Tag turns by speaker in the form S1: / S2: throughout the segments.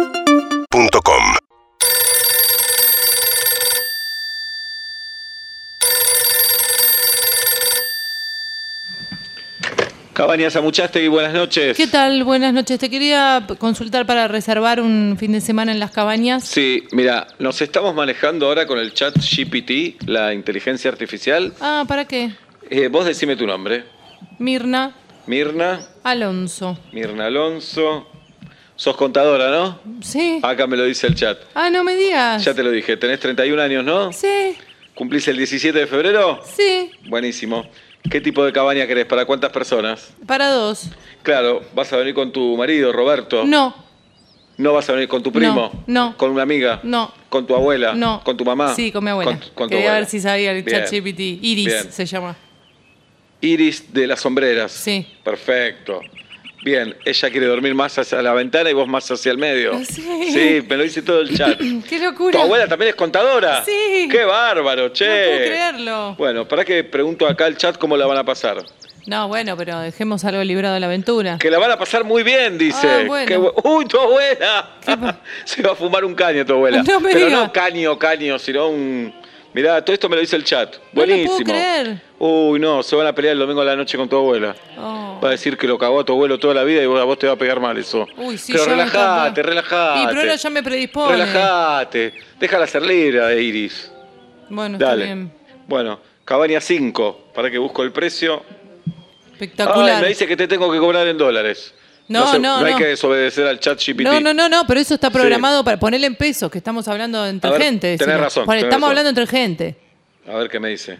S1: UrbanaPlayFM.com
S2: Cabañas Amuchaste y buenas noches.
S3: ¿Qué tal? Buenas noches. Te quería consultar para reservar un fin de semana en las cabañas.
S2: Sí, mira, nos estamos manejando ahora con el chat GPT, la inteligencia artificial.
S3: Ah, ¿para qué?
S2: Eh, vos decime tu nombre.
S3: Mirna
S2: Mirna,
S3: Alonso.
S2: Mirna Alonso. Sos contadora, ¿no?
S3: Sí.
S2: Acá me lo dice el chat.
S3: Ah, no me digas.
S2: Ya te lo dije, tenés 31 años, ¿no?
S3: Sí,
S2: ¿Cumplís el 17 de febrero?
S3: sí.
S2: Buenísimo. ¿Qué tipo de cabaña querés? ¿Para cuántas personas?
S3: Para dos.
S2: Claro, vas a venir con tu marido, Roberto.
S3: No,
S2: ¿No vas a venir con tu primo?
S3: no.
S2: ¿Con una amiga?
S3: no.
S2: ¿Con tu abuela?
S3: No.
S2: Ah, ¿Con tu mamá?
S3: Sí, con mi abuela.
S2: Con, con tu
S3: quería
S2: abuela.
S3: ver si sabía el
S2: Bien.
S3: chat GPT. Iris
S2: Bien.
S3: se llama.
S2: Iris de las sombreras.
S3: Sí.
S2: Perfecto. Bien, ella quiere dormir más hacia la ventana y vos más hacia el medio.
S3: Sí.
S2: Sí, me lo dice todo el chat.
S3: ¡Qué
S2: ¿Tu
S3: locura!
S2: abuela también es contadora?
S3: Sí.
S2: ¡Qué bárbaro, che!
S3: No puedo creerlo.
S2: Bueno, para que pregunto acá al chat cómo la van a pasar.
S3: No, bueno, pero dejemos algo librado a la aventura.
S2: Que la van a pasar muy bien, dice.
S3: Ah, bueno.
S2: Qué bu- ¡Uy, tu abuela!
S3: ¿Qué pa-
S2: Se va a fumar un caño tu abuela.
S3: No me
S2: Pero
S3: diga.
S2: no caño, caño, sino un... Mirá, todo esto me lo dice el chat.
S3: No lo puedo
S2: Buenísimo.
S3: creer.
S2: Uy, no, se van a pelear el domingo a la noche con tu abuela.
S3: Oh.
S2: Va a decir que lo cagó a tu abuelo toda la vida y vos- a vos te va a pegar mal eso.
S3: Uy, sí,
S2: Pero
S3: ya me
S2: relajate,
S3: encanta.
S2: relajate.
S3: Y pero ahora ya me predispone.
S2: Relajate. Déjala ser libre, a Iris.
S3: Bueno,
S2: Dale.
S3: está bien.
S2: Bueno, Cabaña 5, para que busco el precio.
S3: Espectacular.
S2: Ay, me dice que te tengo que cobrar en dólares.
S3: No,
S2: sé,
S3: no,
S2: No hay
S3: no.
S2: que desobedecer al chat GPT.
S3: No, no, no, no, pero eso está programado para ponerle en pesos, que estamos hablando entre
S2: A ver,
S3: gente.
S2: tenés
S3: decime.
S2: razón,
S3: Porque
S2: tenés
S3: estamos
S2: razón.
S3: hablando entre gente.
S2: A ver qué me dice.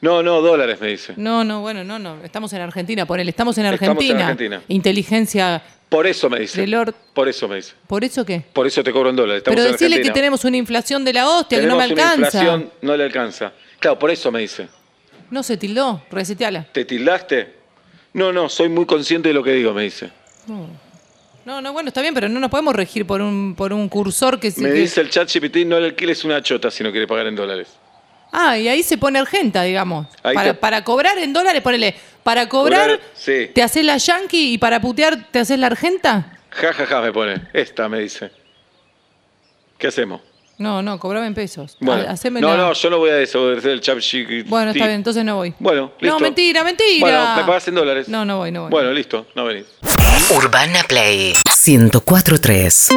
S2: No, no, dólares me dice.
S3: No, no, bueno, no, no. Estamos en Argentina, ponele. Estamos en Argentina.
S2: Estamos en Argentina.
S3: Inteligencia.
S2: Por eso me dice.
S3: Del or-
S2: Por eso me dice.
S3: ¿Por eso qué?
S2: Por eso te cobro en dólares. Estamos
S3: pero
S2: en
S3: decirle que
S2: Argentina.
S3: tenemos una inflación de la hostia,
S2: Tenemos
S3: que no me
S2: una
S3: alcanza.
S2: inflación, no le alcanza. Claro, por eso me dice.
S3: No se tildó, reseteala.
S2: ¿Te tildaste? No, no, soy muy consciente de lo que digo, me dice.
S3: No, no, bueno, está bien, pero no nos podemos regir por un, por un cursor que se.
S2: me
S3: que-
S2: dice el chat GPT, no le alquiles una chota si no quiere pagar en dólares.
S3: Ah, y ahí se pone argenta, digamos.
S2: Ahí
S3: Para,
S2: te-
S3: para cobrar en dólares, ponele. Para cobrar,
S2: Cobrar, sí.
S3: te haces la yankee y para putear te haces la argenta.
S2: Ja, ja, ja, me pone. Esta, me dice. ¿Qué hacemos?
S3: No, no, cobrame en pesos.
S2: Bueno,
S3: Ha- haceme
S2: no,
S3: la-
S2: no, yo no voy a desobedecer el chat GPT.
S3: Bueno, está bien, entonces no voy.
S2: Bueno, listo.
S3: No, mentira, mentira.
S2: Bueno, me pagas en dólares.
S3: No, no voy, no voy.
S2: Bueno, listo, no venís.
S4: Urbana Play 1043.